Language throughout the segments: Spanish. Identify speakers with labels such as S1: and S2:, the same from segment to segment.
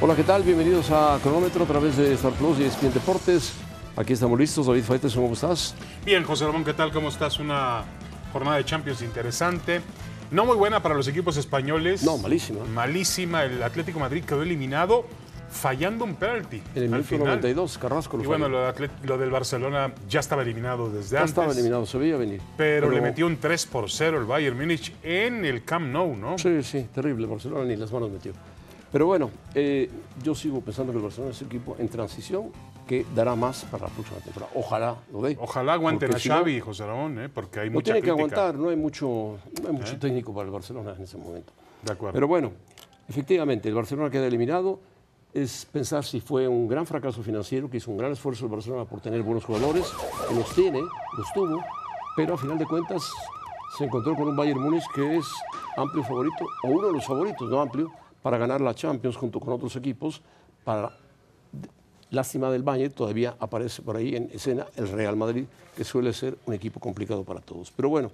S1: Hola, ¿qué tal? Bienvenidos a Cronómetro a través de Star Plus y E ESPN Deportes. Aquí estamos listos. David Faites, ¿cómo estás?
S2: Bien, José Ramón, ¿qué tal? ¿Cómo estás? Una jornada de Champions interesante. No muy buena para los equipos españoles.
S1: No, malísima.
S2: Malísima. El Atlético Madrid quedó eliminado fallando un penalti.
S1: En el
S2: al
S1: minuto
S2: final.
S1: 92, Carrasco lo
S2: Y bueno,
S1: falló.
S2: lo, de Atlet- lo del Barcelona ya estaba eliminado desde
S1: Ya
S2: antes.
S1: estaba eliminado, se veía venir.
S2: Pero, le metió un 3 por 0 el Bayern Múnich en el Camp Nou, ¿no?
S1: Sí, sí, terrible. Barcelona ni las manos metió. Pero bueno, eh, yo sigo pensando que el Barcelona es un equipo en transición que dará más para la próxima temporada. Ojalá lo dé.
S2: Ojalá aguanten
S1: Porque
S2: a
S1: si no-
S2: Xavi, José Ramón, ¿eh? porque hay
S1: Lo
S2: mucha
S1: tiene que
S2: crítica. ¿Eh?
S1: aguantar, no hay mucho, no hay mucho técnico para el Barcelona en ese momento.
S2: De acuerdo.
S1: Pero bueno, efectivamente, el Barcelona queda eliminado. Es pensar si fue un gran fracaso financiero, que hizo un gran esfuerzo el Barcelona por tener buenos jugadores, que los tiene, los tuvo, pero a final de cuentas se encontró con un Bayern Múnich que es amplio favorito, o uno de los favoritos, no amplio, para ganar la Champions junto con otros equipos. Para lástima del Bayern, todavía aparece por ahí en escena el Real Madrid, que suele ser un equipo complicado para todos. Pero bueno,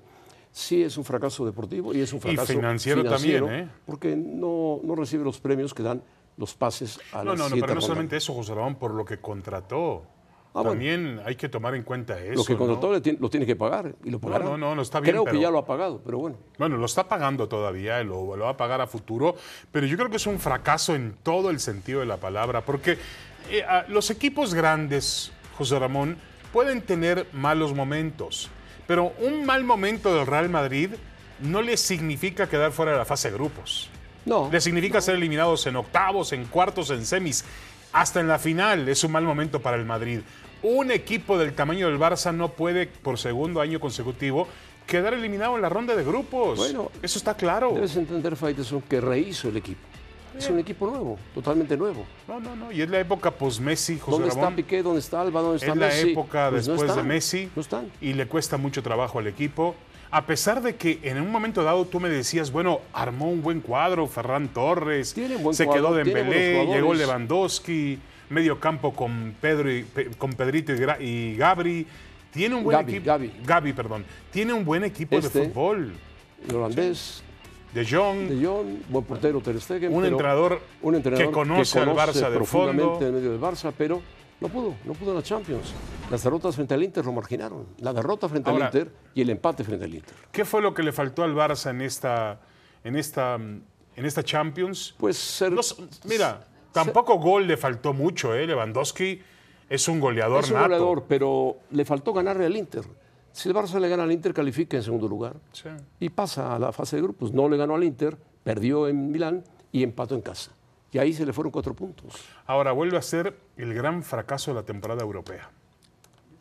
S1: sí es un fracaso deportivo y es un fracaso
S2: financiero también, ¿eh?
S1: porque no, no recibe los premios que dan los pases a la
S2: No, no, no,
S1: siguiente
S2: pero no
S1: ronda.
S2: solamente eso, José Ramón, por lo que contrató.
S1: Ah, bueno.
S2: También hay que tomar en cuenta eso.
S1: lo que
S2: ¿no?
S1: contrató le tiene- lo tiene que pagar y lo pagará.
S2: no, no, no, está bien,
S1: Creo
S2: pero-
S1: que ya lo ha pagado, pero bueno.
S2: Bueno, lo está pagando todavía, lo, lo va a pagar a futuro, pero yo creo que es un fracaso en todo el sentido de la palabra, porque eh, ah, los equipos grandes, José Ramón, pueden tener malos momentos, pero un mal momento del Real Madrid no le significa quedar fuera de la fase de grupos.
S1: No,
S2: Le significa ser eliminados en octavos, en cuartos, en semis. Hasta en la final es un mal momento para el Madrid. Un equipo del tamaño del Barça no puede, por segundo año consecutivo, quedar eliminado en la ronda de grupos.
S1: Bueno,
S2: eso está claro.
S1: debes entender, Faiteson, que rehizo el equipo. Es un equipo nuevo, totalmente nuevo.
S2: No, no, no. Y es la época post-Messi, José
S1: ¿Dónde
S2: Ramón.
S1: está Piqué? ¿Dónde está Alba? ¿Dónde está
S2: es la
S1: Messi?
S2: época
S1: Pues no
S2: después de
S1: están,
S2: Messi.
S1: No están.
S2: Y le cuesta mucho trabajo al equipo. A pesar de que en un momento dado tú me decías, bueno, armó un buen cuadro Ferran Torres,
S1: Tiene buen
S2: se
S1: cuadro,
S2: quedó
S1: tiene buenos
S2: Dembélé,
S1: jugadores.
S2: llegó Lewandowski, medio campo con Pedro y, Pe- con Pedrito y, Gra- y Gabri. Tiene un buen
S1: Gavi,
S2: equipo.
S1: Gavi.
S2: Gavi, perdón. Tiene un buen equipo
S1: Este.
S2: de fútbol.
S1: El holandés,
S2: De Jong,
S1: De Jong, buen portero Ter Stegen.
S2: un
S1: pero-
S2: entrenador,
S1: un entrenador
S2: que conoce al Barça del
S1: profundamente
S2: fondo.
S1: el medio del Barça, pero no pudo, no pudo en la Champions. Las derrotas frente al Inter lo marginaron. La derrota frente
S2: Ahora-
S1: al Inter y el empate frente al Inter.
S2: ¿Qué fue lo que le faltó al Barça en esta, en esta, en esta Champions?
S1: Pues ser,
S2: No s- mira, tampoco gol le faltó mucho, ¿eh? Lewandowski es un goleador
S1: es un
S2: nato.
S1: goleador, pero le faltó ganarle al Inter. Si el Barça le gana al Inter, califica en segundo lugar
S2: Sí.
S1: y pasa a la fase de grupos. No le ganó al Inter, perdió en Milán y empató en casa. Y ahí se le fueron cuatro puntos.
S2: Ahora vuelve a ser el gran fracaso de la temporada europea.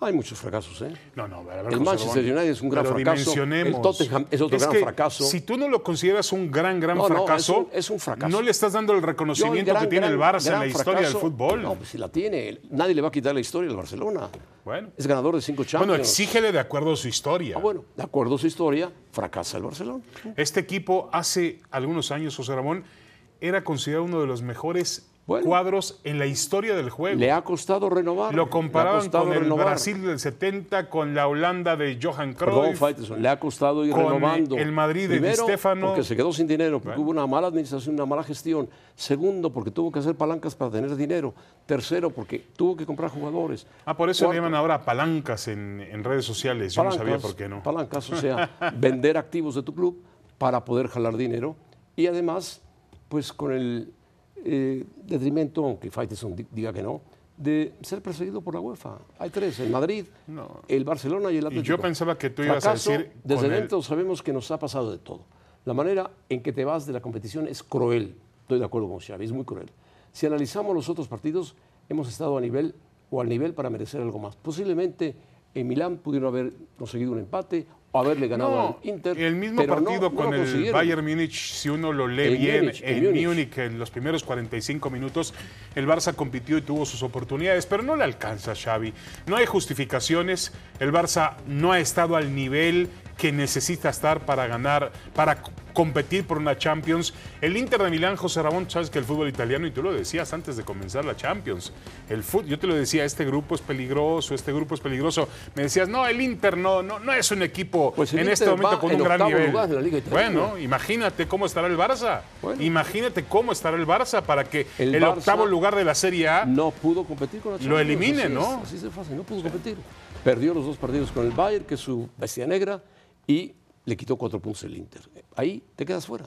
S1: Hay muchos fracasos, ¿eh?
S2: No, no, a ver,
S1: El
S2: José
S1: Manchester
S2: Ramón,
S1: United es un gran
S2: pero
S1: fracaso,
S2: dimensionemos.
S1: el Tottenham es otro gran
S2: que
S1: fracaso.
S2: Si tú no lo consideras un gran, gran
S1: No, no, es
S2: fracaso,
S1: un- es un fracaso.
S2: no le estás dando el
S1: Yo, el
S2: reconocimiento
S1: gran,
S2: que tiene el
S1: gran,
S2: Barça en
S1: gran
S2: la historia
S1: fracaso-
S2: del fútbol.
S1: No, pues si la tiene. Nadie le va a quitar la historia al Barcelona.
S2: bueno,
S1: Es ganador de cinco Champions.
S2: bueno, exígele de acuerdo a su historia.
S1: Ah, bueno, de acuerdo a su historia, fracasa el Barcelona.
S2: Este equipo hace algunos años, José Ramón, era considerado uno de los mejores
S1: Bueno.
S2: cuadros en la historia del juego.
S1: Le ha costado renovar. le
S2: Lo
S1: ha
S2: comparaban
S1: costado
S2: con el
S1: renovar.
S2: Brasil del 70, con la Holanda de Johan
S1: Perdón,
S2: Cruyff.
S1: Faitelson, le ha costado ir
S2: con
S1: renovando.
S2: el Madrid de Di
S1: Primero,
S2: Stéfano.
S1: porque se quedó sin dinero, porque hubo una mala administración, una mala gestión. Segundo, porque tuvo que hacer palancas para tener dinero. Tercero, porque tuvo que comprar jugadores.
S2: ah, por eso le
S1: Cuarto,
S2: llaman ahora palancas en, en redes sociales. Yo no sabía por qué no.
S1: Palancas, o sea, vender activos de tu club para poder jalar dinero y además, pues con el eh, detrimento, aunque Faiteson di- diga que no, de ser perseguido por la UEFA. Hay tres, el Madrid, el Barcelona y el Atlético.
S2: yo pensaba que tú ibas a
S1: Fracaso,
S2: decir con
S1: Desde
S2: el-
S1: dentro sabemos que nos ha pasado de todo. La manera en que te vas de la competición es cruel. Estoy de acuerdo con Xavi, es muy cruel. Si analizamos los otros partidos, hemos estado a nivel o al nivel para merecer algo más. Posiblemente en Milán pudieron haber conseguido un empate o haberle ganado
S2: No,
S1: al Inter.
S2: el mismo
S1: pero no-
S2: partido
S1: no lo
S2: con el
S1: consiguieron.
S2: Bayern Múnich, si uno lo lee
S1: En
S2: bien,
S1: Múnich, en
S2: en,
S1: Múnich.
S2: Múnich, en los primeros 45 minutos, el Barça compitió y tuvo sus oportunidades, pero no le alcanza a Xavi. No hay justificaciones, el Barça no ha estado al nivel que necesita estar para ganar, para competir por una Champions. El Inter de Milán, José Ramón, tú sabes que el fútbol italiano, y tú lo decías antes de comenzar la Champions, el fútbol, yo te lo decía, este grupo es peligroso, este grupo es peligroso. Me decías, no, el Inter no, no, no es un equipo
S1: Pues el
S2: en
S1: Inter
S2: este momento
S1: va
S2: con
S1: en
S2: un gran
S1: octavo
S2: nivel.
S1: lugar de la Liga Italiana.
S2: bueno, imagínate cómo estará el Barça.
S1: Bueno.
S2: Imagínate cómo estará el Barça para que el,
S1: El Barça-
S2: octavo lugar de la Serie A
S1: No pudo competir con la Champions.
S2: elimine,
S1: así es,
S2: ¿no?
S1: así se fácil, no pudo competir. Perdió los dos partidos con el Bayern, que es su bestia negra, y le quitó cuatro puntos el Inter. Ahí te quedas fuera.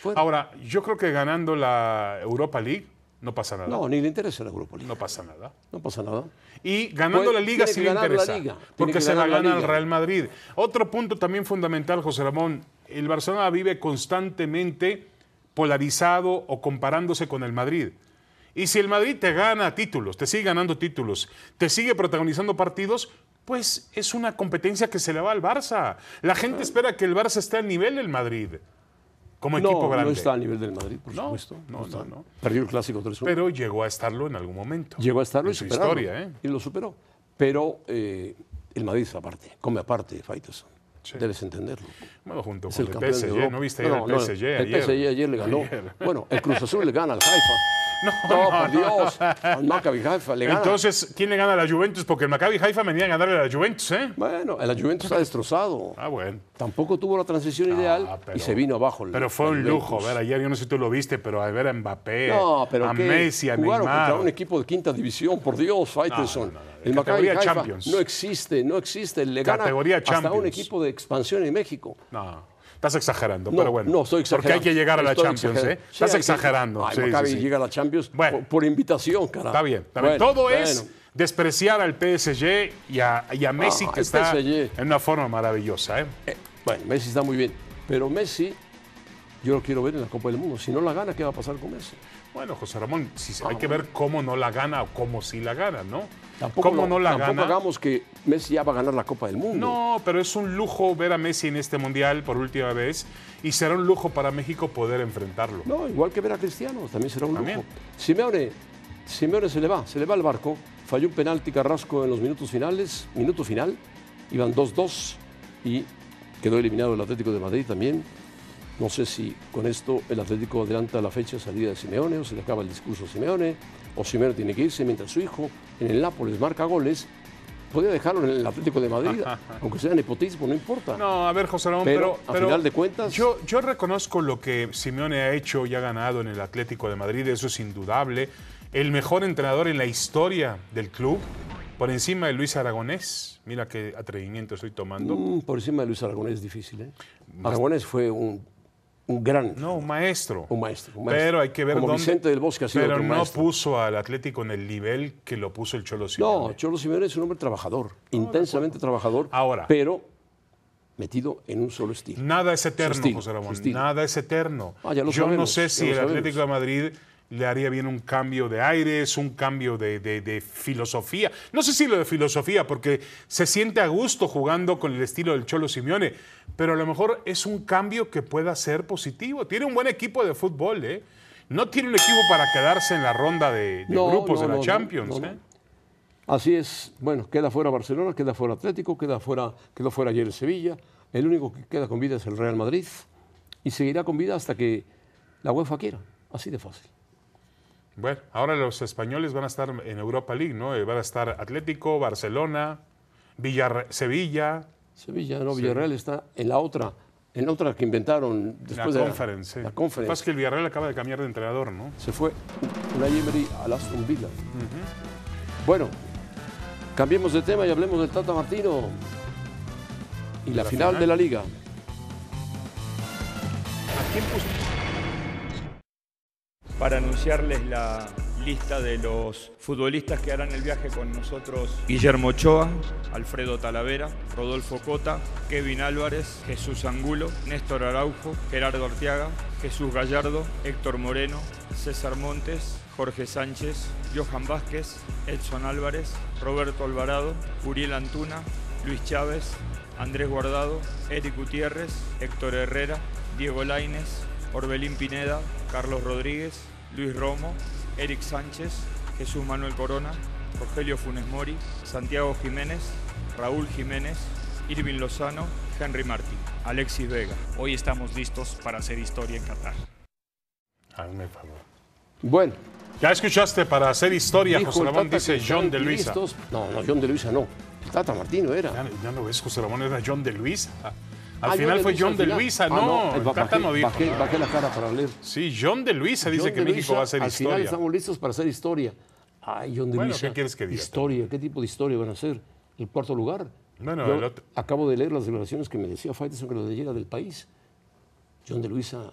S1: fuera.
S2: Ahora, yo creo que ganando la Europa League no pasa nada. No,
S1: no, ni le interesa la Europa League.
S2: pasa nada.
S1: No pasa nada.
S2: Y ganando
S1: Pues,
S2: la liga
S1: tiene
S2: sí
S1: que
S2: le
S1: ganar la
S2: interesa.
S1: Liga, tiene
S2: Porque
S1: que
S2: se la
S1: ganar la
S2: gana al
S1: Liga.
S2: Real Madrid. Otro punto también fundamental, José Ramón. El Barcelona vive constantemente polarizado o comparándose con el Madrid. Y si el Madrid te gana títulos, te sigue ganando títulos, te sigue protagonizando partidos, pues es una competencia que se le va al Barça. La gente espera que el Barça esté al nivel del Madrid, como
S1: no,
S2: equipo grande.
S1: no está a nivel del Madrid, por
S2: No,
S1: supuesto.
S2: no,
S1: está.
S2: no, no.
S1: Perdió el clásico 3-1.
S2: Pero llegó a estarlo en algún momento.
S1: Llegó a estarlo
S2: en
S1: y
S2: su
S1: superarlo.
S2: historia, ¿eh?
S1: Y lo superó. Pero eh, el Madrid es aparte, come aparte, Faitelson.
S2: Sí.
S1: Debes entenderlo.
S2: Bueno, junto
S1: Es
S2: con
S1: el
S2: el,
S1: campeón de
S2: PSG.
S1: Europa.
S2: ¿No viste ayer
S1: No, no,
S2: el PSG ayer?
S1: El PSG ayer le ganó.
S2: Ayer.
S1: Bueno, el Cruz Azul le gana al Haifa. No, por Dios. Al Maccabi Haifa le gana.
S2: Entonces, ¿quién le gana a la Juventus? Porque el Maccabi Haifa venía a ganarle a la Juventus, ¿eh?
S1: bueno, el Juventus está destrozado.
S2: Ah, bueno.
S1: Tampoco tuvo la transición
S2: Ah,
S1: ideal
S2: pero-
S1: y se vino abajo. el-
S2: Pero fue
S1: la
S2: un
S1: Juventus.
S2: lujo ver ayer. Yo no sé si tú lo viste, pero al ver a Mbappé,
S1: No, pero
S2: a
S1: ¿qué?
S2: Messi, a
S1: jugaron
S2: Neymar.
S1: contra un equipo de quinta división, por Dios, Faitelson.
S2: no, no, de
S1: El Maccabi
S2: categoría
S1: Haifa
S2: Champions.
S1: no existe, no existe. Le gana
S2: Categoría
S1: hasta
S2: Champions.
S1: un equipo de expansión en México.
S2: No, estás exagerando,
S1: No,
S2: pero bueno.
S1: no, estoy exagerando.
S2: Porque hay que llegar a la
S1: Estoy
S2: Champions,
S1: exagerando.
S2: ¿eh?
S1: Sí,
S2: Estás
S1: hay que-
S2: exagerando.
S1: Ay,
S2: Sí, sí,
S1: Maccabi
S2: sí.
S1: llega a la Champions
S2: Bueno.
S1: por, por invitación, carajo.
S2: Está bien, está bien. Todo es
S1: bueno.
S2: despreciar al PSG y a, y a Messi,
S1: Ah,
S2: que
S1: el
S2: está
S1: PSG.
S2: en una forma maravillosa, ¿eh?
S1: Eh, bueno, Messi está muy bien. Pero Messi, yo lo quiero ver en la Copa del Mundo. Si no la gana, ¿qué va a pasar con Messi?
S2: Bueno, José Ramón, sí, sí, hay que ver cómo no la gana o cómo sí la gana, ¿no? cómo
S1: lo-
S2: no
S1: Ah,
S2: la
S1: tampoco
S2: gana.
S1: hagamos que Messi ya va a ganar la Copa del Mundo.
S2: No, pero es un lujo ver a Messi en este mundial por última vez y será un lujo para México poder enfrentarlo.
S1: No, igual que ver a Cristiano, también será un
S2: También.
S1: lujo. Simeone, Simeone se le va, se le va al barco. Falló un penalti Carrasco en los minutos finales, minuto final, iban 2-2 y quedó eliminado el Atlético de Madrid también. No sé si con esto el Atlético adelanta la fecha de salida de Simeone o se le acaba el discurso a Simeone o Simeone tiene que irse mientras su hijo en el Nápoles marca goles. Podría dejarlo en el Atlético de Madrid, aunque sea nepotismo, no importa.
S2: No, a ver, José Ramón, pero.
S1: Pero, a final de cuentas-
S2: Yo, yo reconozco lo que Simeone ha hecho y ha ganado en el Atlético de Madrid, eso es indudable. El mejor entrenador en la historia del club, por encima de Luis Aragonés. Mira qué atrevimiento estoy tomando.
S1: Mm, por encima de Luis Aragonés es difícil. ¿eh? Aragonés fue un, un gran
S2: No, un maestro.
S1: un maestro, un maestro.
S2: Pero hay que ver
S1: Como
S2: dónde-
S1: Vicente del Bosque ha sido
S2: Pero
S1: otro
S2: no
S1: maestro.
S2: puso al Atlético en el nivel que lo puso el Cholo Simeone.
S1: No, Cholo Simeone es un hombre trabajador, intensamente trabajador,
S2: Ahora. Mm.
S1: pero metido en un solo estilo.
S2: Nada es eterno,
S1: Su estilo,
S2: José Ramón.
S1: su estilo.
S2: Nada es eterno.
S1: Ah, ya lo
S2: Yo no
S1: sabemos,
S2: sé
S1: ya
S2: si
S1: lo
S2: el
S1: sabemos.
S2: Atlético de Madrid le haría bien un cambio de aires, un cambio de, de- de filosofía. No sé si lo de filosofía, porque se siente a gusto jugando con el estilo del Cholo Simeone, pero a lo mejor es un cambio que pueda ser positivo. Tiene un buen equipo de fútbol, ¿eh? No tiene un equipo para quedarse en la ronda de, de
S1: No,
S2: grupos
S1: no,
S2: de la
S1: no, no,
S2: Champions.
S1: no, no.
S2: ¿eh?
S1: Así es, bueno, queda fuera Barcelona, queda fuera Atlético, queda fuera, quedó fuera ayer el Sevilla. El único que queda con vida es el Real Madrid y seguirá con vida hasta que la UEFA quiera. Así de fácil.
S2: Bueno, ahora los españoles van a estar en Europa League, ¿no? Eh, Van a estar Atlético, Barcelona, Villarre- Sevilla.
S1: Sevilla, no, Villarreal está en la otra, en la otra que inventaron después
S2: la
S1: de la
S2: conference. Lo que pasa
S1: conference.
S2: es que el Villarreal acaba de cambiar de entrenador, ¿no?
S1: Se fue Unai Emery al Aston Villa. Bueno, cambiemos de tema y hablemos del Tata Martino y la, final, de la Liga.
S3: para anunciarles la lista de los futbolistas que harán el viaje con nosotros. Guillermo Ochoa, Alfredo Talavera, Rodolfo Cota, Kevin Álvarez, Jesús Angulo, Néstor Araujo, Gerardo Ortiaga, Jesús Gallardo, Héctor Moreno, César Montes, Jorge Sánchez, Johan Vázquez, Edson Álvarez, Roberto Alvarado, Uriel Antuna, Luis Chávez, Andrés Guardado, Eric Gutiérrez, Héctor Herrera, Diego Laines, Orbelín Pineda, Carlos Rodríguez, Luis Romo, Eric Sánchez, Jesús Manuel Corona, Rogelio Funes Mori, Santiago Jiménez, Raúl Jiménez, Irvin Lozano, Henry Martín, Alexis Vega.
S4: Hoy estamos listos para hacer historia en Qatar.
S2: Hazme el favor.
S1: Bueno,
S2: Ya escuchaste para hacer historia,
S1: dijo
S2: José
S1: el
S2: Ramón
S1: Tata que
S2: dice
S1: están
S2: John de Luisa.
S1: listos. No, no, John de Luisa no. El Tata Martino era.
S2: Ya, ya no ves, José Ramón era John de Luisa. Al
S1: Ah,
S2: final fue
S1: Luisa
S2: John
S1: al
S2: de
S1: final.
S2: Luisa,
S1: Ah,
S2: no,
S1: el-
S2: el Tata
S1: bajé,
S2: no dijo.
S1: bajé- bajé la cara para leer.
S2: Sí, John de Luisa dice
S1: John
S2: que
S1: de
S2: México
S1: Luisa,
S2: va a hacer
S1: al final
S2: historia.
S1: estamos listos para hacer historia. Ay, John de
S2: Bueno,
S1: Luisa,
S2: ¿qué quieres que diga?
S1: Historia, ¿qué tipo de historia van a hacer? El cuarto lugar.
S2: Bueno,
S1: Yo
S2: el otro-
S1: acabo de leer las declaraciones que me decía Faitelson que lo llega del país. John de Luisa,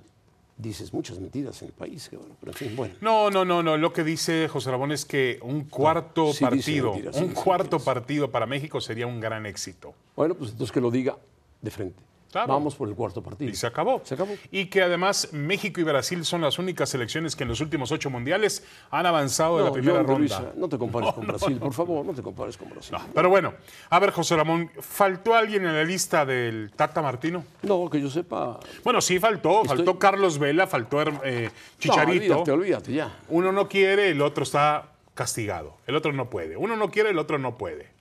S1: dices muchas mentiras en el país, que bueno, pero en fin, bueno.
S2: No, no, no, no. Lo que dice José Ramón es que un cuarto
S1: sí dice
S2: partido,
S1: mentiras, sí
S2: un
S1: dice
S2: cuarto
S1: mentiras.
S2: partido para México sería un gran éxito.
S1: Bueno, pues entonces que lo diga de frente.
S2: Claro.
S1: Vamos por el cuarto partido.
S2: Y se acabó.
S1: Se acabó.
S2: Y que además México y Brasil son las únicas selecciones que en los últimos ocho mundiales han avanzado de la
S1: No,
S2: primera
S1: John de
S2: ronda.
S1: Luisa, no te compares con Brasil, por favor, no te compares con Brasil.
S2: Pero bueno, a ver, José Ramón, ¿faltó alguien en la lista del Tata Martino?
S1: No, que yo sepa.
S2: Bueno, sí faltó.
S1: Estoy-
S2: Faltó Carlos Vela, faltó eh,
S1: No,
S2: Chicharito.
S1: olvídate, olvídate, ya.
S2: Uno no quiere, el otro está castigado. El otro no puede. Uno no quiere, el otro no puede.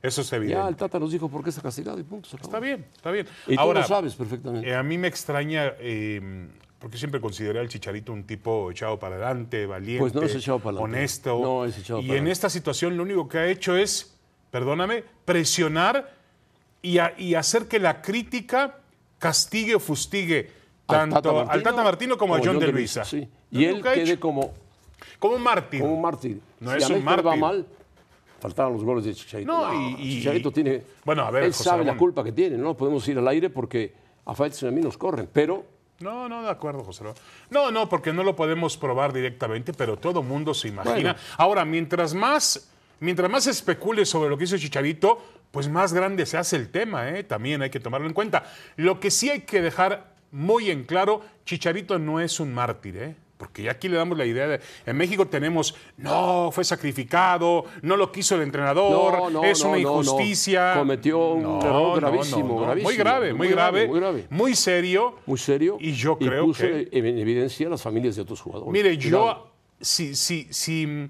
S2: Eso es evidente.
S1: Ya el Tata nos dijo por qué está castigado y punto. se acabó.
S2: Está bien, está bien.
S1: Y
S2: Ahora,
S1: tú lo sabes perfectamente.
S2: eh, a mí me extraña, eh, porque siempre consideré al Chicharito un tipo echado para adelante, valiente,
S1: Pues no es echado para adelante.
S2: honesto.
S1: No es echado
S2: y
S1: para
S2: en
S1: adelante.
S2: esta situación lo único que ha hecho es, perdóname, presionar y, a- y hacer que la crítica castigue o fustigue
S1: Al
S2: tanto al Tata Martino, como a
S1: o
S2: John, de Luisa.
S1: sí.
S2: Lo
S1: Y él
S2: único que ha
S1: quede
S2: hecho.
S1: como,
S2: como un mártir.
S1: como un mártir.
S2: No
S1: si
S2: es
S1: a
S2: un
S1: México le va
S2: mártir.
S1: mal, faltaban los goles de Chicharito.
S2: No, y- y-
S1: Chicharito tiene...
S2: Bueno, a ver,
S1: Él
S2: José
S1: sabe
S2: Ramón.
S1: la culpa que tiene, no podemos ir al aire porque a Faitelson y a mí nos corren, pero...
S2: No, no, de acuerdo, José. Ramón. No, no, porque no lo podemos probar directamente, pero todo mundo se imagina.
S1: Bueno.
S2: Ahora, mientras más, mientras más se especule sobre lo que hizo Chicharito, pues más grande se hace el tema, ¿eh? También hay que tomarlo en cuenta. Lo que sí hay que dejar muy en claro, Chicharito no es un mártir, ¿eh? Porque ya aquí le damos la idea de, en México tenemos, no, fue sacrificado, no lo quiso el entrenador,
S1: No, no,
S2: es
S1: no,
S2: una
S1: no, no.
S2: injusticia.
S1: Cometió un error gravísimo, gravísimo.
S2: Muy grave, muy,
S1: Muy
S2: grave,
S1: grave, muy grave.
S2: muy serio.
S1: Muy serio.
S2: Y yo creo
S1: puso
S2: que-
S1: en evidencia a las familias de otros jugadores.
S2: Mire,
S1: Cuidado.
S2: yo, si, si, si,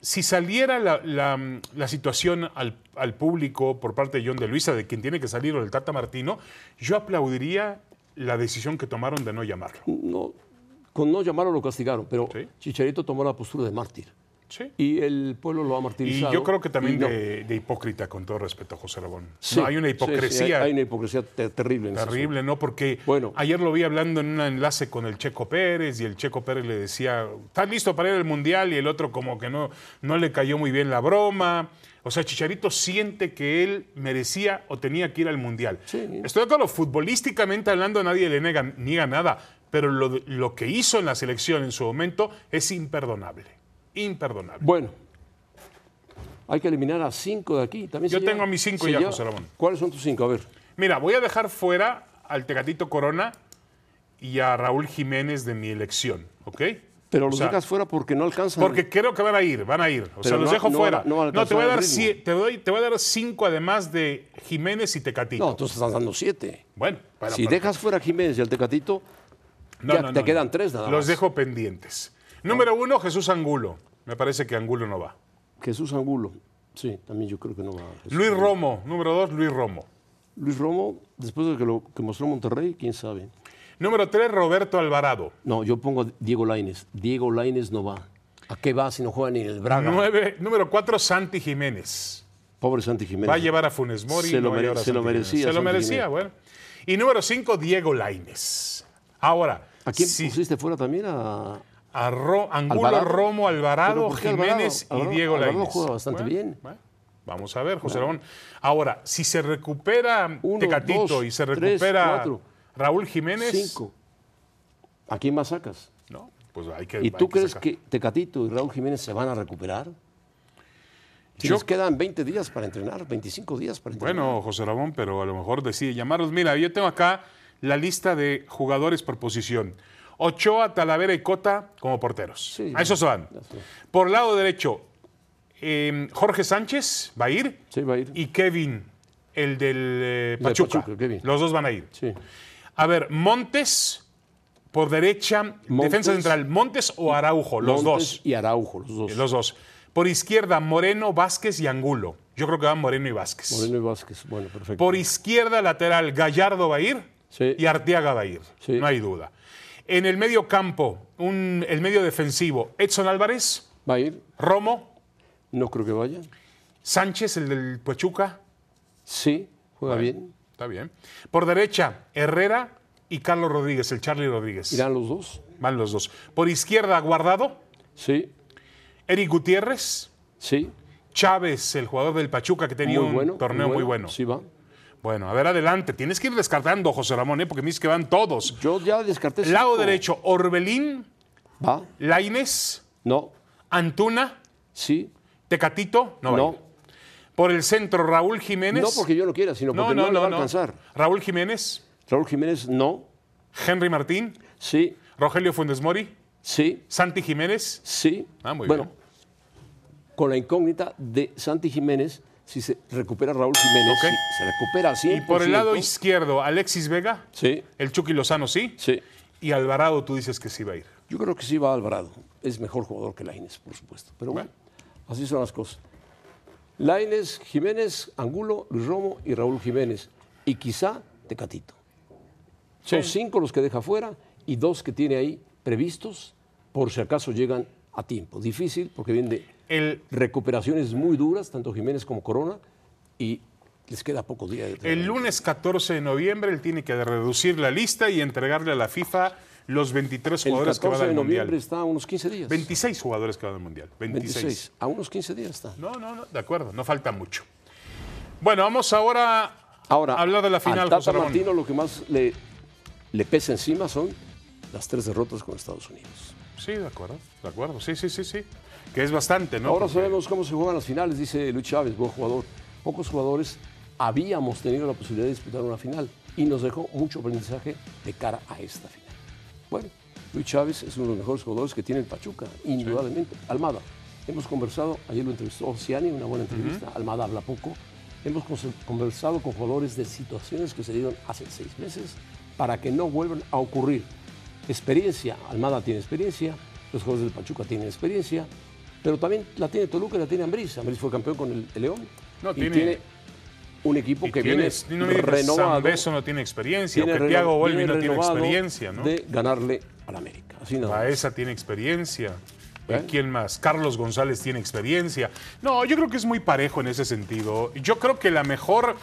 S2: si saliera la, la- la situación al, al público por parte de John de Luisa, de quien tiene que salir o del Tata Martino, yo aplaudiría la decisión que tomaron de no llamarlo.
S1: No, con no llamarlo lo castigaron, pero
S2: Sí.
S1: Chicharito tomó la postura de mártir.
S2: Sí.
S1: Y el pueblo lo ha martirizado.
S2: Y yo creo que también
S1: y no.
S2: de, de hipócrita, con todo respeto, José Rabón.
S1: Sí,
S2: No, hay una
S1: sí, sí, hay-
S2: hipocresía.
S1: hay, una hipocresía te- terrible. en ese
S2: Terrible, ¿no? Porque
S1: Bueno.
S2: ayer lo vi hablando en un enlace con el Checo Pérez y el Checo Pérez le decía, ¿estás listo para ir al Mundial? Y el otro como que no, no le cayó muy bien la broma. O sea, Chicharito siente que él merecía o tenía que ir al Mundial.
S1: Sí.
S2: Estoy de acuerdo, futbolísticamente hablando nadie le nega, niega nada, pero lo, lo que hizo en la selección en su momento es imperdonable. Imperdonable.
S1: Bueno, hay que eliminar a cinco de aquí. También
S2: Yo
S1: se
S2: tengo
S1: lleva-
S2: a mis cinco
S1: se
S2: ya,
S1: lleva-
S2: José Ramón.
S1: ¿Cuáles son tus cinco? A ver.
S2: Mira, voy a dejar fuera al Tecatito Corona y a Raúl Jiménez de mi elección, ¿ok?
S1: Pero
S2: O
S1: los
S2: sea,
S1: dejas fuera porque no alcanzan.
S2: Porque creo que van a ir, van a ir. O sea, los
S1: no-
S2: dejo
S1: no
S2: fuera.
S1: van a- no van a
S2: No, te voy a
S1: alcanzar
S2: dar
S1: el ritmo.
S2: sie- te doy- te voy a dar cinco además de Jiménez y Tecatito.
S1: No, entonces estás dando siete.
S2: Bueno, para-
S1: si
S2: para-
S1: dejas fuera a Jiménez y al Tecatito,
S2: No,
S1: ya
S2: no,
S1: te
S2: no,
S1: quedan
S2: no.
S1: tres nada más.
S2: Los dejo pendientes. Número uno, Jesús Angulo. Me parece que Angulo no va.
S1: Jesús Angulo. Sí, también yo creo que no va. a Jesús.
S2: Luis Romo, número dos, Luis Romo.
S1: Luis Romo, después de que lo que mostró Monterrey, quién sabe.
S2: Número tres, Roberto Alvarado.
S1: No, yo pongo a Diego Laines. Diego Laines no va. ¿A qué va si no juega ni en el Braga?
S2: Nueve- número cuatro, Santi Jiménez.
S1: Pobre Santi Jiménez.
S2: Va a llevar a Funes Mori.
S1: Se
S2: no
S1: lo
S2: va a
S1: mere-
S2: llevar a
S1: se lo
S2: Santi Jiménez.
S1: merecía,
S2: Se lo
S1: Santi
S2: merecía,
S1: Jiménez.
S2: bueno. Y número 5, Diego Laines. Ahora,
S1: ¿A quién
S2: sí,
S1: pusiste fuera también? A
S2: a Ro- Angulo,
S1: Alvarado.
S2: Romo, Alvarado,
S1: ¿Pero por qué Alvarado?
S2: Jiménez
S1: Alvarado-
S2: y Diego
S1: Alvarado
S2: Laines.
S1: juega bastante bien.
S2: vamos a ver, José Ramón. Ahora, si se recupera
S1: Uno,
S2: Tecatito
S1: dos,
S2: y se
S1: tres,
S2: recupera
S1: cuatro.
S2: Raúl Jiménez.
S1: cinco. ¿A quién más sacas?
S2: No, pues hay que.
S1: ¿Y
S2: hay
S1: tú crees
S2: sacar.
S1: que Tecatito y Raúl Jiménez se van a recuperar? Si
S2: Yo-
S1: les quedan 20 días para entrenar, 25 días para entrenar.
S2: Bueno, José Ramón, pero a lo mejor decide llamarlos. Mira, yo tengo acá la lista de jugadores por posición. Ochoa, Talavera y Cota como porteros.
S1: Sí.
S2: a esos van.
S1: Así es.
S2: Por lado derecho, eh, Jorge Sánchez va a ir.
S1: Sí, va a ir.
S2: Y Kevin, el del eh, Pachuca.
S1: Pachuca, Kevin.
S2: Los dos van a ir.
S1: Sí.
S2: A ver, Montes por derecha,
S1: Montes.
S2: defensa central, Montes o Araujo, los
S1: Montes
S2: dos.
S1: Y Araujo, los dos.
S2: Los dos. Por izquierda, Moreno, Vázquez y Angulo. Yo creo que van Moreno y Vázquez.
S1: Moreno y Vázquez, bueno, perfecto.
S2: Por izquierda, lateral, Gallardo va a ir
S1: Sí.
S2: y Arteaga va a ir.
S1: Sí.
S2: No hay duda. En el medio campo, un- el medio defensivo, Edson Álvarez,
S1: ¿Va a ir?
S2: Romo,
S1: No creo que vaya.
S2: Sánchez, el del Pachuca.
S1: Sí, juega bien.
S2: Está bien. Por derecha, Herrera y Carlos Rodríguez, el Charlie Rodríguez.
S1: ¿Irán los dos?
S2: Van los dos. Por izquierda, Guardado,
S1: Sí,
S2: Eric Gutiérrez,
S1: sí.
S2: Chávez, el jugador del Pachuca que tenía
S1: Muy
S2: un
S1: bueno.
S2: torneo muy bueno.
S1: Sí, va.
S2: Bueno, a ver, adelante. Tienes que ir descartando, José Ramón, ¿eh? porque me dice que van todos.
S1: Yo ya descarté.
S2: Lado
S1: cinco.
S2: derecho, Orbelín,
S1: ¿Va?
S2: Laines,
S1: No.
S2: Antuna,
S1: Sí.
S2: Tecatito. No, va a
S1: No.
S2: ir. Por el centro, Raúl Jiménez.
S1: No porque yo no quiera, sino porque no, le va a alcanzar.
S2: Raúl Jiménez,
S1: Raúl Jiménez, no.
S2: Henry Martín,
S1: Sí,
S2: Rogelio Funes Mori,
S1: sí,
S2: Santi Jiménez.
S1: sí.
S2: Ah, muy
S1: bueno,
S2: bien.
S1: con la incógnita de Santi Jiménez, si se recupera Raúl Jiménez,
S2: Ok.
S1: si se recupera así.
S2: Y por el lado izquierdo, Alexis Vega,
S1: Sí,
S2: el Chucky Lozano, sí.
S1: sí.
S2: Y Alvarado, tú dices que sí va a ir.
S1: Yo creo que sí va Alvarado. Es mejor jugador que Laines, por supuesto. Pero bueno, así son las cosas. Laines, Jiménez, Angulo, Luis Romo y Raúl Jiménez. Y quizá Tecatito. Son cinco los que deja fuera y dos que tiene ahí previstos por si acaso llegan a tiempo. Difícil porque viene de
S2: El,
S1: recuperaciones muy duras, tanto Jiménez como Corona, y les queda poco día de
S2: el
S1: entrenamiento.
S2: lunes 14 de noviembre él tiene que reducir la lista y entregarle a la FIFA los 23
S1: El
S2: jugadores que van
S1: 14 de
S2: al
S1: noviembre
S2: Mundial.
S1: está a unos 15 días.
S2: 26 jugadores que van al Mundial. 26.
S1: 26. A unos 15 días está.
S2: No, no, no, de acuerdo, no falta mucho. Bueno, vamos ahora,
S1: Ahora,
S2: a hablar de la
S1: al
S2: final,
S1: Tata
S2: José Ramón.
S1: Martino lo que más le, le pesa encima son las tres derrotas con Estados Unidos.
S2: Sí, de acuerdo, de acuerdo, sí, sí, sí, sí. Que es bastante, ¿no? pues,
S1: Ahora
S2: Porque-
S1: sabemos cómo se juegan las finales, dice Luis Chávez, buen jugador. Pocos jugadores habíamos tenido la posibilidad de disputar una final y nos dejó mucho aprendizaje de cara a esta final. Bueno, Luis Chávez es uno de los mejores jugadores que tiene el Pachuca, indudablemente. Almada, hemos conversado, ayer lo entrevistó Oceani, una buena entrevista, Almada habla poco. Hemos cons- conversado con jugadores de situaciones que se dieron hace seis meses para que no vuelvan a ocurrir. Experiencia, Almada tiene experiencia, los jugadores del Pachuca tienen experiencia, pero también la tiene Toluca y la tiene Ambriz. Ambriz fue campeón con el, el León
S2: No,
S1: y
S2: tiene-
S1: tiene, un equipo
S2: Y
S1: que
S2: tienes-
S1: viene
S2: no me digas que
S1: renovado
S2: Zambeso no tiene experiencia, o
S1: tiene
S2: que
S1: reno-
S2: Thiago Volpi
S1: tiene
S2: no tiene
S1: renovado
S2: experiencia, ¿no?
S1: De ganarle al América. Así nada más.
S2: Baeza tiene experiencia. ¿Y
S1: Bueno.
S2: ¿Quién más? Carlos González tiene experiencia. No, yo creo que es muy parejo en ese sentido. Yo creo que la mejor,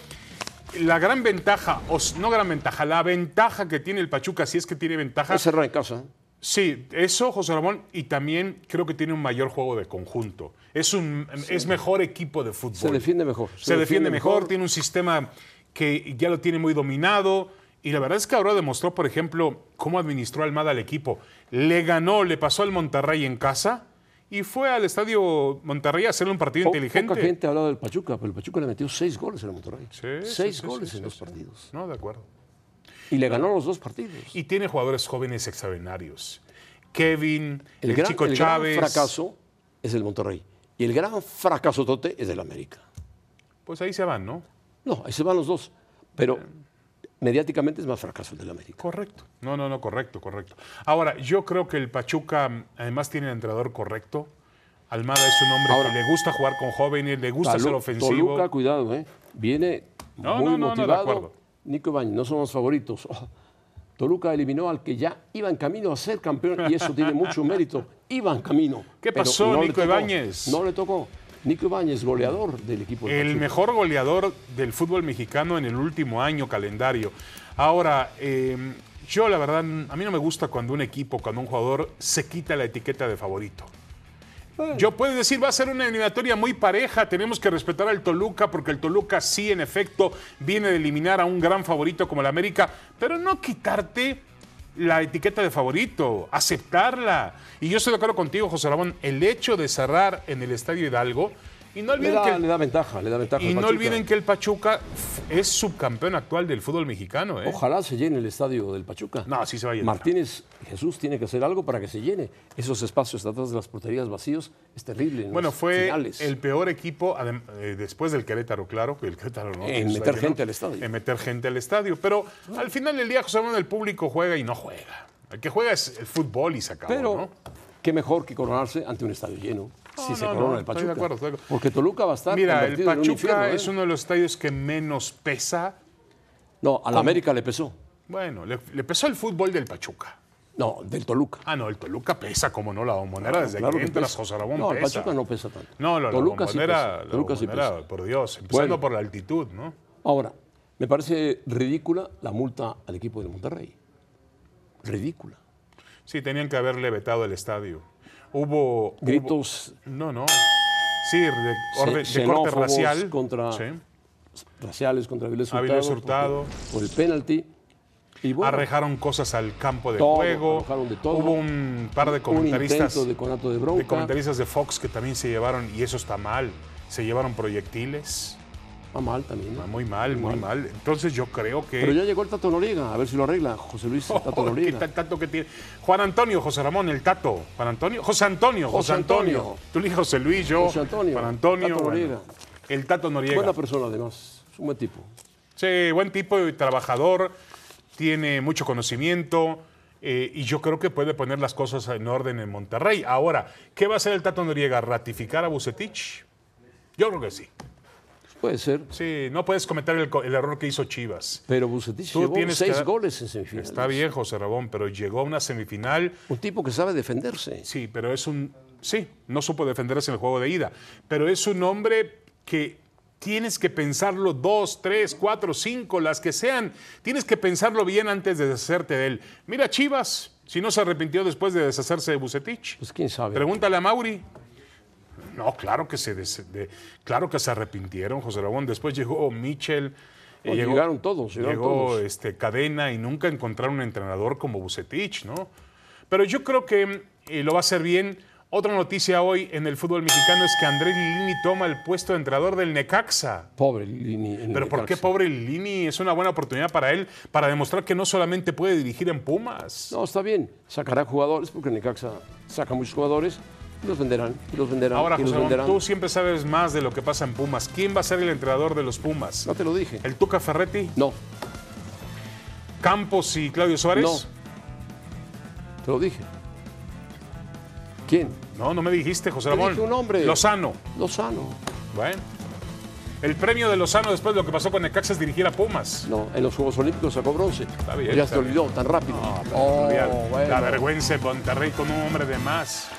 S2: la gran ventaja, o s- no gran ventaja, la ventaja que tiene el Pachuca, si es que tiene ventaja,
S1: Es cerrar en casa.
S2: Sí, eso, José Ramón, y también creo que tiene un mayor juego de conjunto. Es un es mejor equipo de fútbol.
S1: Se defiende mejor.
S2: Se, defiende, mejor, tiene un sistema que ya lo tiene muy dominado. Y la verdad es que ahora demostró, por ejemplo, cómo administró Almada al equipo. Le ganó, le pasó al Monterrey en casa y fue al estadio Monterrey a hacerle un partido
S1: Po-
S2: inteligente.
S1: Poca gente ha hablado del Pachuca, pero el Pachuca le metió seis goles al Monterrey.
S2: Sí, sí,
S1: seis
S2: sí,
S1: goles
S2: sí,
S1: en
S2: sí,
S1: dos
S2: sí.
S1: partidos.
S2: No, de acuerdo.
S1: Y le ganó los dos partidos.
S2: Y tiene jugadores jóvenes extraordinarios. Kevin, el,
S1: gran-
S2: chico
S1: el gran
S2: Chávez.
S1: fracaso es el Monterrey. Y el gran fracaso tote es el América.
S2: Pues ahí se van, ¿no?
S1: No, ahí se van los dos. Pero mediáticamente es más fracaso el del América.
S2: Correcto. No, no, no, correcto, correcto. Ahora, yo creo que el Pachuca mm, además tiene el entrenador correcto. Almada es un hombre
S1: Ahora-
S2: que le gusta jugar con jóvenes, le gusta
S1: Tolu-
S2: ser ofensivo.
S1: Toluca, cuidado, ¿eh? Viene
S2: No,
S1: muy
S2: no, no, no, de
S1: motivado.
S2: acuerdo.
S1: Nico Ibañez, no somos favoritos. Oh, Toluca eliminó al que ya iba en camino a ser campeón y eso tiene mucho mérito. Iba en camino.
S2: ¿Qué
S1: pero
S2: pasó,
S1: le
S2: Nico
S1: tocó,
S2: Ibáñez?
S1: No le tocó. Nico Ibáñez, goleador del equipo. del
S2: el
S1: Pachuca.
S2: mejor goleador del fútbol mexicano en el último año calendario. Ahora, eh, yo la verdad, a mí no me gusta cuando un equipo, cuando un jugador se quita la etiqueta de favorito. Yo puedo decir, va a ser una eliminatoria muy pareja, tenemos que respetar al Toluca, porque el Toluca sí, en efecto, viene de eliminar a un gran favorito como el América, pero no quitarte la etiqueta de favorito, aceptarla. Y yo estoy de acuerdo contigo, José Ramón, el hecho de cerrar en el Estadio Hidalgo, y no
S1: Le
S2: olviden que
S1: da,
S2: el
S1: le da ventaja, le da ventaja.
S2: y
S1: al
S2: no
S1: Pachuca.
S2: olviden que el Pachuca f- es subcampeón actual del fútbol mexicano, ¿eh?
S1: Ojalá se llene el estadio del Pachuca.
S2: No, sí se va a llenar.
S1: Martínez Jesús tiene que hacer algo para que se llene. Esos espacios atrás de las porterías vacíos es terrible. en
S2: Bueno,
S1: las
S2: fue
S1: finales.
S2: el peor equipo adem- eh, después del Querétaro, claro, que el Querétaro no.
S1: En
S2: pues,
S1: meter
S2: ahí,
S1: gente al estadio.
S2: En meter gente al estadio. Pero al final del día, José Ramón, el público juega y no juega. El que juega es el fútbol y se acabó,
S1: Pero
S2: ¿no?
S1: qué mejor que coronarse ante un estadio lleno. si
S2: No,
S1: se
S2: no,
S1: corona
S2: no,
S1: el
S2: estoy de
S1: Pachuca.
S2: acuerdo, estoy de acuerdo.
S1: Porque Toluca va a estar.
S2: Mira, el
S1: convertido en un
S2: Pachuca
S1: infierno, ¿eh?
S2: es uno de los estadios que menos pesa.
S1: No, a la América le pesó.
S2: Bueno, le, le pesó el fútbol del Pachuca.
S1: No, del Toluca.
S2: Ah, no, el Toluca pesa, como no, la bombonera desde
S1: claro
S2: que
S1: que
S2: entras,
S1: pesa.
S2: José Ramón
S1: No, el
S2: pesa.
S1: Pachuca no pesa tanto.
S2: No, la, la
S1: Toluca sí
S2: bombonera,
S1: pesa,
S2: la
S1: Toluca sí
S2: bombonera,
S1: pesa.
S2: por Dios, empezando
S1: Bueno.
S2: por la altitud, ¿no?
S1: Ahora, me parece ridícula la multa al equipo de Monterrey. Ridícula.
S2: Sí, tenían que haberle vetado el estadio. Hubo... hubo-
S1: Gritos
S2: no, no. Sí, de, orden-
S1: Ce-
S2: de corte
S1: xenófobos
S2: racial.
S1: contra-
S2: Sí.
S1: raciales contra Avilés Hurtado.
S2: Avilés
S1: porque-
S2: Hurtado.
S1: Por el penalti. Y bueno,
S2: Arrejaron cosas al campo de
S1: Todo,
S2: juego.
S1: arrojaron de todo.
S2: Hubo un par de
S1: un
S2: comentaristas
S1: intento de conato de
S2: de
S1: bronca.
S2: comentaristas de Fox que también se llevaron, y eso está mal, se llevaron proyectiles.
S1: Va mal también. ¿no?
S2: Va Muy mal, muy mal. Entonces yo creo que...
S1: Pero ya llegó el Tato Noriega. A ver si lo arregla José Luis Tato
S2: Oh, ¿qué
S1: Noriega.
S2: tal tanto que tiene? Juan Antonio, José Ramón, el Tato. Juan Antonio, José Antonio, José,
S1: José
S2: Antonio.
S1: Antonio.
S2: Tú le dijiste José Luis, yo.
S1: José Antonio,
S2: Juan Antonio.
S1: Tato
S2: bueno,
S1: Noriega.
S2: el Tato Noriega.
S1: Buena persona, además. Es un buen tipo.
S2: Sí, buen tipo y trabajador, tiene mucho conocimiento eh, y yo creo que puede poner las cosas en orden en Monterrey. Ahora, ¿qué va a hacer el Tato Noriega? ¿Ratificar a Bucetich? Yo creo que sí.
S1: Puede ser.
S2: Sí, no puedes cometer el, co- el error que hizo Chivas.
S1: Pero Bucetich
S2: Tú
S1: llevó
S2: tienes
S1: seis
S2: que-
S1: goles en semifinales.
S2: Está bien, José Rabón, pero llegó a una semifinal.
S1: Un tipo que sabe defenderse.
S2: Sí, pero es un. Sí, no supo defenderse en el juego de ida. Pero es un hombre que tienes que pensarlo dos, tres, cuatro, cinco, las que sean. Tienes que pensarlo bien antes de deshacerte de él. Mira, Chivas, si no se arrepintió después de deshacerse de Bucetich.
S1: Pues quién sabe.
S2: Pregúntale a Mauri. No, claro que se des- de- claro que se arrepintieron, José Rabón. Después llegó Michel. eh,
S1: No, llegaron todos, llegaron
S2: llegó,
S1: todos.
S2: Este, cadena y nunca encontraron un entrenador como Bucetich, ¿no? Pero yo creo que mm, eh, lo va a hacer bien. Otra noticia hoy en el fútbol mexicano es que Andrés Lini toma el puesto de entrenador del Necaxa.
S1: Pobre Lini. en el
S2: Pero ¿por qué
S1: Necaxa.
S2: pobre Lini? Es una buena oportunidad para él, para demostrar que no solamente puede dirigir en Pumas.
S1: No, está bien. Sacará jugadores porque Necaxa saca muchos jugadores y los venderán. Y los venderán.
S2: Ahora,
S1: y los
S2: José, Ramón,
S1: venderán.
S2: tú siempre sabes más de lo que pasa en Pumas. ¿Quién va a ser el entrenador de los Pumas?
S1: No te lo dije.
S2: ¿El Tuca Ferretti?
S1: No,
S2: ¿Campos y Claudio Suárez?
S1: no. Te lo dije. ¿Quién?
S2: No, no me dijiste, José
S1: Te
S2: Ramón.
S1: dije un hombre.
S2: Lozano.
S1: Lozano.
S2: Bueno. El premio de Lozano después de lo que pasó con Necaxa es dirigir a Pumas.
S1: No, en los Juegos Olímpicos sacó bronce.
S2: Está bien,
S1: ya
S2: está
S1: se
S2: bien.
S1: olvidó tan rápido.
S2: Olvidar
S1: Oh, bueno.
S2: La vergüenza de Monterrey con un hombre de más.